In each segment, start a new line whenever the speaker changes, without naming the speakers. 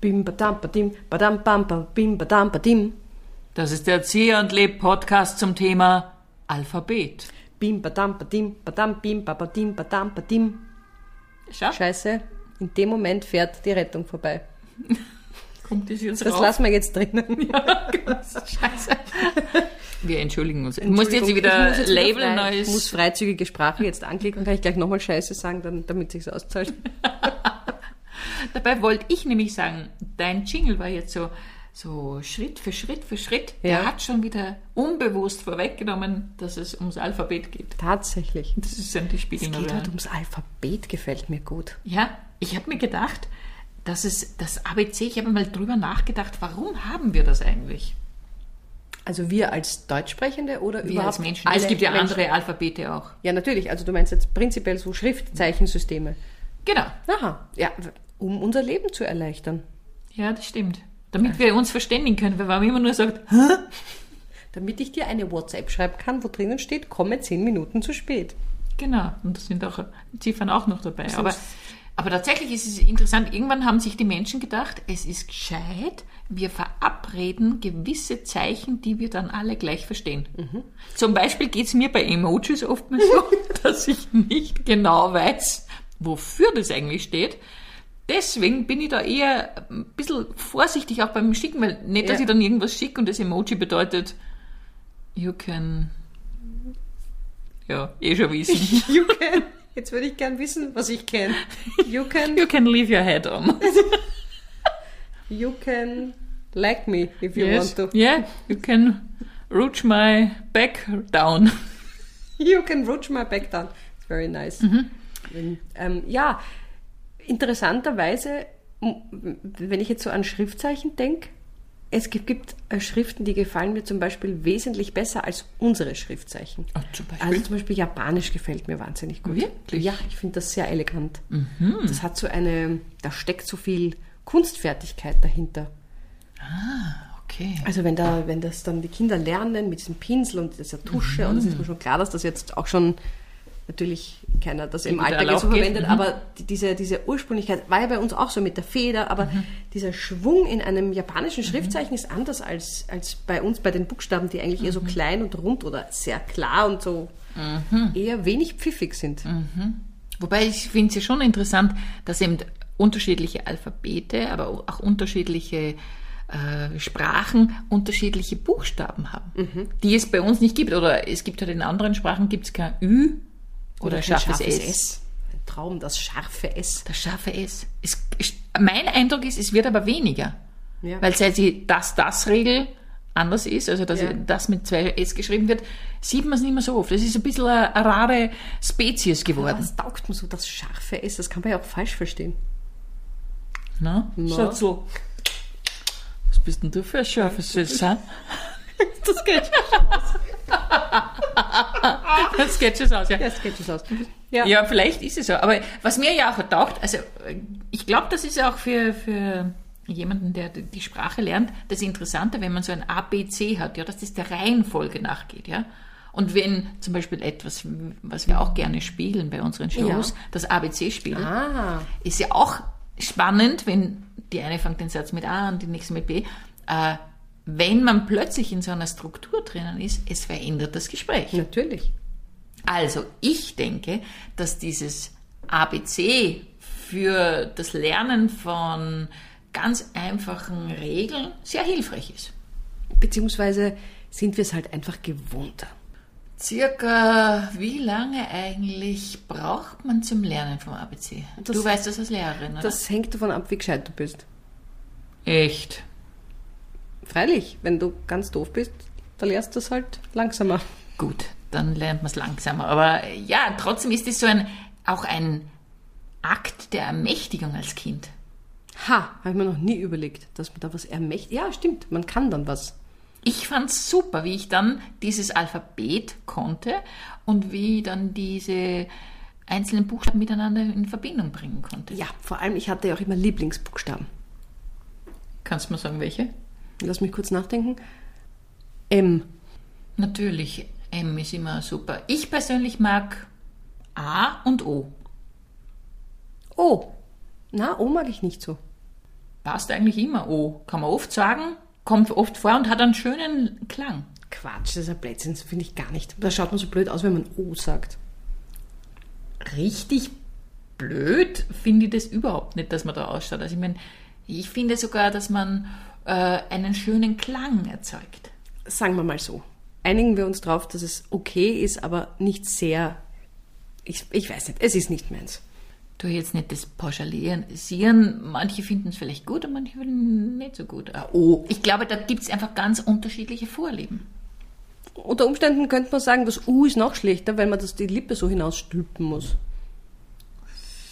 Bim badam badim, badam bam bam, bim badam badim.
Das ist der Zieh und Leb Podcast zum Thema Alphabet.
Bim badam badim, badam bim babadim, badam badim.
Schau,
Scheiße, in dem Moment fährt die Rettung vorbei.
kommt das jetzt
Das
raus?
lassen wir jetzt drinnen.
Scheiße. Wir entschuldigen uns. Du musst jetzt
Entschuldigung,
wieder
ich muss jetzt
Label
frei-
neues.
Ich muss freizügige Sprache jetzt anklicken, kann ich gleich nochmal Scheiße sagen, dann, damit sich's auszahlt.
Dabei wollte ich nämlich sagen, dein Jingle war jetzt so, so Schritt für Schritt für Schritt.
Ja.
Der hat schon wieder unbewusst vorweggenommen, dass es ums Alphabet geht.
Tatsächlich.
Das ist ja
Es geht halt
die
um-
Spiegelneuronen.
heute ums Alphabet, gefällt mir gut.
Ja, ich habe mir gedacht, dass es das ABC, ich habe mal drüber nachgedacht, warum haben wir das eigentlich?
Also wir als Deutschsprechende oder
Wir
überhaupt
als Menschen.
alle
Ah, es gibt ja
Menschen?
andere Alphabete auch.
Ja, natürlich. Also du meinst jetzt prinzipiell so Schriftzeichensysteme.
Genau.
Aha. Ja, w- um unser Leben zu erleichtern.
Ja, das stimmt. Damit wir uns verständigen können, weil man immer nur sagt, Hä?
Damit ich dir eine WhatsApp schreiben kann, wo drinnen steht, komme zehn Minuten zu spät.
genau. Und das sind auch Ziffern auch noch dabei. Aber, aber tatsächlich ist es interessant, irgendwann haben sich die Menschen gedacht, es ist gescheit, wir verabreden gewisse Zeichen, die wir dann alle gleich verstehen. Zum Beispiel geht es mir bei Emojis oftmals so, dass ich nicht genau weiß, wofür das eigentlich steht. Deswegen bin ich da eher ein bisschen vorsichtig auch beim Schicken, weil nicht, dass
Ja.
ich dann irgendwas schicke und das Emoji bedeutet, you can. Ja, eh schon wissen.
You can. Jetzt würde ich gern wissen, was ich kenne. You can,
You can leave your head on.
you can like me if you
Yes.
want to.
Yeah, you can root my back down.
You can rutsch my back down. It's very nice.
Mhm.
Ähm, ja, interessanterweise, m- wenn ich jetzt so an Schriftzeichen denke, es gibt, gibt äh, Schriften, die gefallen mir zum Beispiel wesentlich besser als unsere Schriftzeichen.
Ah, zum
Also zum Beispiel Japanisch gefällt mir wahnsinnig gut.
Wirklich?
Ja, ich finde das sehr elegant. Das hat so eine, da steckt so viel Kunstfertigkeit dahinter.
Okay.
Also wenn, da, wenn das dann die Kinder lernen mit diesem Pinsel und dieser Tusche, und es ist mir schon klar, dass das jetzt auch schon natürlich keiner das im
Irgendwie der
Alltag jetzt so
Lauf geht,
verwendet, aber die, diese, diese Ursprünglichkeit war ja bei uns auch so mit der Feder, aber dieser Schwung in einem japanischen Schriftzeichen ist anders als, als bei uns bei den Buchstaben, die eigentlich eher so klein und rund oder sehr klar und so eher wenig pfiffig sind.
Wobei ich finde es ja schon interessant, dass eben unterschiedliche Alphabete, aber auch unterschiedliche äh, Sprachen unterschiedliche Buchstaben haben, die es bei uns nicht gibt. Oder es gibt halt in anderen Sprachen gibt es kein Ü oder,
kein
scharfes, S.
Ein Traum, das scharfe S.
Das scharfe S. Es, es, mein Eindruck ist, es wird aber weniger.
Ja.
Weil seit die Das-Das-Regel anders ist, also dass
Ja.
das mit zwei S geschrieben wird, sieht man es nicht mehr so oft. Es ist ein bisschen eine, eine rare Spezies geworden.
Was taugt mir so das scharfe S? Das kann man ja auch falsch verstehen.
Na? ne? Schaut so. Was bist denn du für ein scharfes S? hä?
Das geht
Das geht schon aus, ja.
Ja, es geht schon aus. Mhm. Ja.
Ja, vielleicht ist es so. Aber was mir ja auch taugt, also äh, ich glaube, das ist auch für, für jemanden, der die die Sprache lernt, das Interessante, wenn man so ein ABC hat, ja, dass das der Reihenfolge nachgeht, ja. Und wenn zum Beispiel etwas, was wir auch gerne spielen bei unseren Shows,
Ja.
das ABC spielen,
Ah,
ist ja auch spannend, wenn die eine fängt den Satz mit A und die nächste mit B. Äh, wenn man plötzlich in so einer Struktur drinnen ist, es verändert das Gespräch.
natürlich.
Also ich denke, dass dieses ABC für das Lernen von ganz einfachen Regeln sehr hilfreich ist.
Beziehungsweise sind wir es halt einfach gewohnt.
Circa wie lange eigentlich braucht man zum Lernen vom ABC?
Das-
du weißt das als Lehrerin, oder?
Das hängt davon ab, wie gescheit du bist.
Echt?
Freilich, wenn du ganz doof bist, dann lernst du es halt langsamer.
Gut, dann lernt man es langsamer. Aber äh, ja, trotzdem ist es so ein, auch ein Akt der Ermächtigung als Kind.
Ha, habe ich mir noch nie überlegt, dass man da was ermächtigt. Ja, stimmt, man kann dann was.
Ich fand's super, wie ich dann dieses Alphabet konnte und wie ich dann diese einzelnen Buchstaben miteinander in Verbindung bringen konnte.
Ja, vor allem, ich hatte ja auch immer Lieblingsbuchstaben.
Kannst du mir sagen, welche?
Lass mich kurz nachdenken. M.
Natürlich, M ist immer super. Ich persönlich mag A und O.
Oh, O. Na, O mag ich nicht so.
passt eigentlich immer O. Kann man oft sagen, kommt oft vor und hat einen schönen Klang.
Quatsch, das ist ein Blödsinn, das finde ich gar nicht. Da schaut man so blöd aus, wenn man O sagt.
Richtig blöd finde ich das überhaupt nicht, dass man da ausschaut. Also ich meine, ich finde sogar, dass man äh, einen schönen Klang erzeugt.
Sagen wir mal so. Einigen wir uns drauf, dass es okay ist, aber nicht sehr. Ich, ich weiß nicht, es ist nicht meins.
Du jetzt nicht das Pauschalisieren. Manche finden es vielleicht gut und manche finden nicht so gut. Ah, Oh, ich glaube, da gibt es einfach ganz unterschiedliche Vorlieben.
Unter Umständen könnte man sagen, das U ist noch schlechter, weil man das die Lippe so hinausstülpen muss.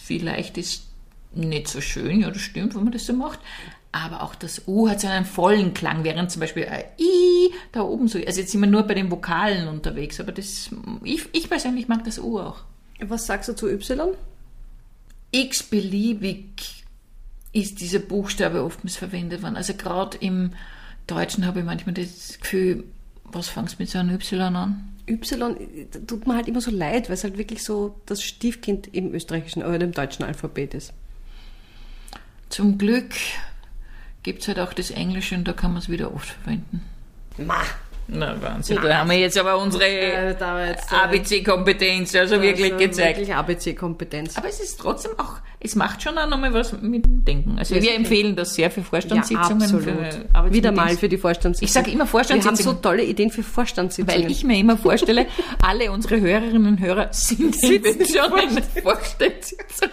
Vielleicht ist nicht so schön, ja, das stimmt, wenn man das so macht. Aber auch das U hat so einen vollen Klang, während zum Beispiel ein I da oben so. Also jetzt sind wir nur bei den Vokalen unterwegs, aber das, ich, ich persönlich mag das U auch.
Was sagst du zu Y?
x-beliebig ist dieser Buchstabe oftmals verwendet worden. Also gerade im Deutschen habe ich manchmal das Gefühl, was fangst du mit so einem Y an?
Y da tut mir halt immer so leid, weil es halt wirklich so das Stiefkind im österreichischen oder im deutschen Alphabet ist.
Zum Glück gibt es halt auch das Englische und da kann man es wieder oft verwenden.
Ma!
Na Wahnsinn, da haben wir jetzt aber unsere ABC-Kompetenz also wirklich gezeigt.
Äh, Wirklich ABC-Kompetenz.
Aber es ist trotzdem auch, es macht schon auch nochmal was mit dem Denken. Also wir empfehlen das sehr für Vorstandssitzungen. für Arbeits-
Wieder mal für die Vorstandssitzung.
Ich sage immer Vorstandssitzung.
Wir haben so tolle Ideen für Vorstandssitzungen.
Weil ich mir immer vorstelle, alle unsere Hörerinnen und Hörer sind eben schon in Vorstandssitzung.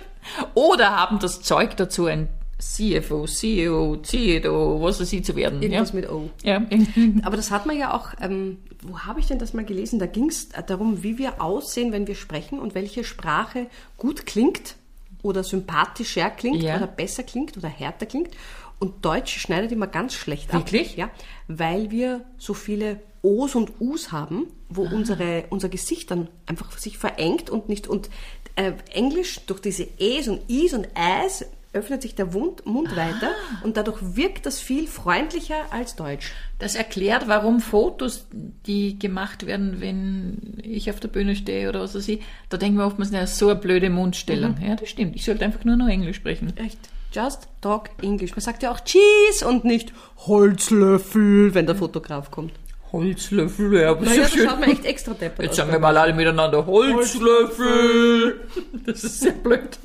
Oder haben das Zeug dazu, ein CFO, CEO, CEO, E was weiß ich zu werden.
Irgendwas
ja.
mit O.
ja.
Aber das hat man ja auch, ähm, wo habe ich denn das mal gelesen? Da ging es darum, wie wir aussehen, wenn wir sprechen und welche Sprache gut klingt oder sympathischer klingt
Ja.
oder besser klingt oder härter klingt. Und Deutsch schneidet immer ganz schlecht ab.
Wirklich?
Ja, weil wir so viele O's und U's haben, wo
Ah.
unsere, unser Gesicht dann einfach sich verengt und nicht. Und äh, Englisch durch diese E's und I's und Äs öffnet sich der Mund, Mund
Ah.
weiter und dadurch wirkt das viel freundlicher als Deutsch.
Das erklärt, warum Fotos, die gemacht werden, wenn ich auf der Bühne stehe oder was weiß ich, da denken wir oftmals, na, so eine blöde Mundstellung. Ja, das stimmt. Ich sollte einfach nur noch Englisch sprechen.
Echt. Just talk English. Man sagt ja auch Cheese und nicht Holzlöffel, wenn der Fotograf kommt.
Holzlöffel, ja, aber so schön.
man echt extra deppert
Jetzt sagen wir mal alle miteinander Holzlöffel. Das ist sehr blöd.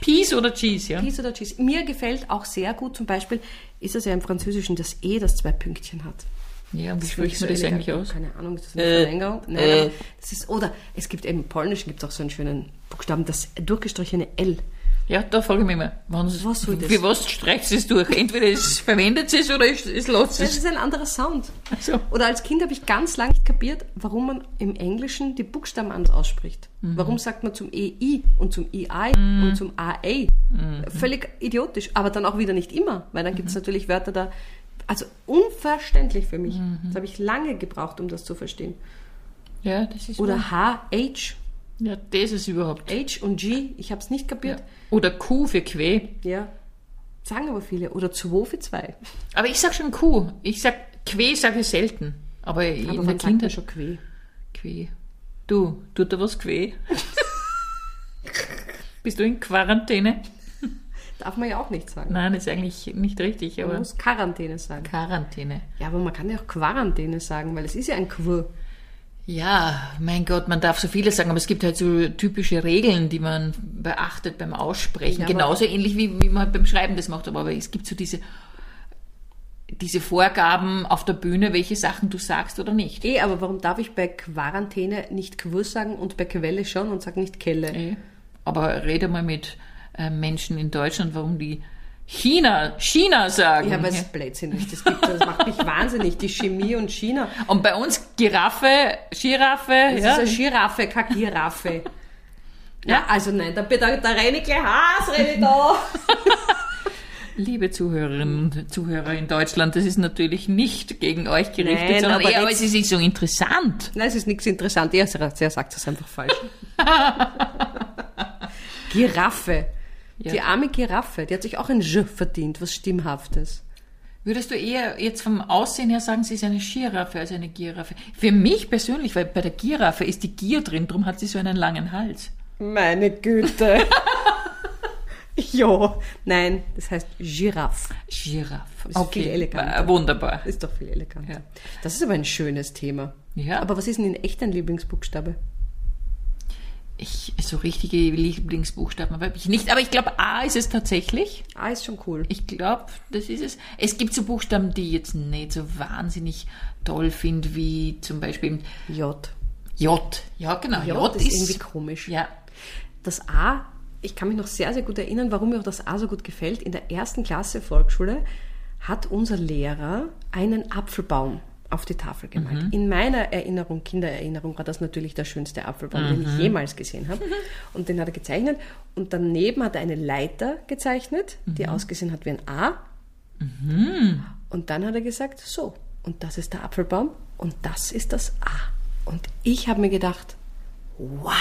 Peas oder Cheese, ja?
Cheese oder Cheese. Mir gefällt auch sehr gut zum Beispiel, ist es ja im Französischen das E, das zwei Pünktchen hat.
Ja,
Finde
wie
ich
spricht
so
man das
elegant.
eigentlich aus?
Keine Ahnung, ist das eine
Äh,
Verlängerung? Nein,
äh.
aber das ist, oder es gibt eben im Polnischen gibt es auch so einen schönen Buchstaben, das durchgestrichene L.
Ja, da frage ich mich immer, wann,
Was soll das?
für was streichst du es durch? Entweder es verwendet es oder es, es
Das
lässt es.
ist ein anderer Sound.
Also,
Oder als Kind habe ich ganz lange nicht kapiert, warum man im Englischen die Buchstaben anders ausspricht. Warum sagt man zum EI und zum EI und zum AA? Völlig idiotisch, aber dann auch wieder nicht immer, weil dann gibt es natürlich Wörter da. Also unverständlich für mich. Das habe ich lange gebraucht, um das zu verstehen.
ja, das ist wahr.
Oder H, H,
Ja, das ist überhaupt.
H und G, ich habe es nicht
Ja.
kapiert.
Oder Q für Quä.
Ja. Sagen aber viele. Oder 2 für 2.
Aber ich sag schon Q. Ich sag Quä sage ich selten. Aber in der Kindheit
schon quer.
Quä. Du, tut da was Quä? Bist du in Quarantäne?
Darf man ja auch nicht sagen.
Nein, ist eigentlich nicht richtig,
Man
aber
muss Quarantäne sagen.
Quarantäne.
Ja, aber man kann ja auch Quarantäne sagen, weil es ist ja ein Quir.
Ja, mein Gott, man darf so vieles sagen, aber es gibt halt so typische Regeln, die man beachtet beim Aussprechen.
Ja, aber-
Genauso ähnlich wie, wie man halt beim Schreiben das macht, aber, aber es gibt so diese, diese Vorgaben auf der Bühne, welche Sachen du sagst oder nicht.
Eh, aber warum darf ich bei Quarantäne nicht Quir sagen und bei Quelle schon und sag nicht Kelle?
Aber rede mal mit äh, Menschen in Deutschland, warum die China, China sagen.
Ja, aber es ist Blödsinn. ist. Das, gibt, das macht mich wahnsinnig. Die Chemie und China.
Und bei uns Giraffe, Giraffe,
Das
ja.
ist eine Giraffe, keine Giraffe.
Ja.
Ja, also nein, da, da, da renne ich gleich Haas, renne ich da.
Liebe Zuhörerinnen und Zuhörer in Deutschland, das ist natürlich nicht gegen euch gerichtet,
Nein,
sondern
aber
eher, aber es
jetzt-
ist nicht so interessant.
Nein, es ist nichts interessant. Er sagt es einfach falsch. Giraffe. Die arme Giraffe, die hat sich auch ein J verdient, was Stimmhaftes.
Würdest du eher jetzt vom Aussehen her sagen, sie ist eine Giraffe als eine Giraffe? Für mich persönlich, weil bei der Giraffe ist die Gier drin, darum hat sie so einen langen Hals.
Meine Güte. ich ja. Nein, das heißt Giraffe.
Giraffe.
Ist viel eleganter.
Äh, Wunderbar.
Ist doch viel eleganter.
Ja.
Das ist aber ein schönes Thema.
Ja.
Aber was ist denn in echt dein Lieblingsbuchstabe?
Ich, so richtige Lieblingsbuchstaben habe ich nicht, aber ich glaube, A ist es tatsächlich.
Ah, ist schon cool.
Ich glaube, das ist es. Es gibt so Buchstaben, die ich jetzt nicht so wahnsinnig toll finde, wie zum Beispiel
J.
J. Ja, genau.
J, ist, irgendwie komisch.
Ja,
Das A, ich kann mich noch sehr, sehr gut erinnern, warum mir auch das A so gut gefällt. In der ersten Klasse Volksschule hat unser Lehrer einen Apfelbaum auf die Tafel gemalt. In meiner Erinnerung, Kindererinnerung, war das natürlich der schönste Apfelbaum, den ich jemals gesehen habe. Und den hat er gezeichnet. Und daneben hat er eine Leiter gezeichnet, die ausgesehen hat wie ein A. Und dann hat er gesagt, so, und das ist der Apfelbaum und das ist das A. Und ich habe mir gedacht, wow,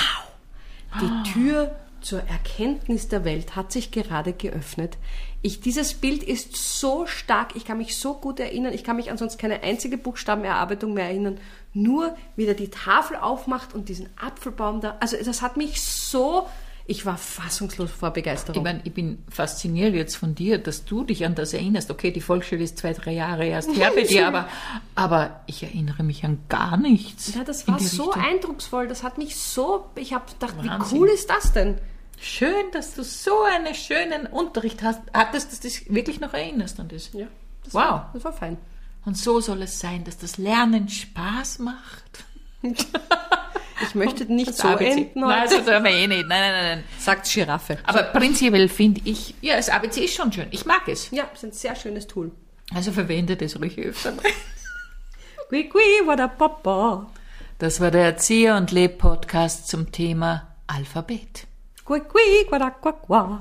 die Tür zur Erkenntnis der Welt hat sich gerade geöffnet. Ich, dieses Bild ist so stark, ich kann mich so gut erinnern, ich kann mich an sonst keine einzige Buchstabenerarbeitung mehr erinnern, nur wie der die Tafel aufmacht und diesen Apfelbaum da, also das hat mich so, ich war fassungslos vor
Ich
Begeisterung.
meine, ich bin fasziniert jetzt von dir, dass du dich an das erinnerst. Okay, die Volksschule ist zwei, drei Jahre erst her bei dir, aber, aber ich erinnere mich an gar nichts.
Ja, das
in
war
die
so
Richtung.
eindrucksvoll, das hat mich so, ich habe gedacht, wie
Wahnsinn.
cool ist das denn?
Schön, dass du so einen schönen Unterricht hast, hattest, dass du dich wirklich noch erinnerst an das.
Ja. Das
Wow.
War, das war fein.
Und so soll es sein, dass das Lernen Spaß macht.
Ich möchte nicht
Das
so
ABC.
enden
Nein,
heute.
das haben wir eh nicht. Nein, nein, nein. nein.
Sagt Giraffe.
Aber prinzipiell finde ich, ja, das ABC ist schon schön. Ich mag es.
Ja, ist ein sehr schönes Tool.
Also verwende das ruhig öfter.
Qui, qui, what a papa.
Das war der Erzieher und Leb-Podcast zum Thema Alphabet.
Qui, qui, what a qua, qua.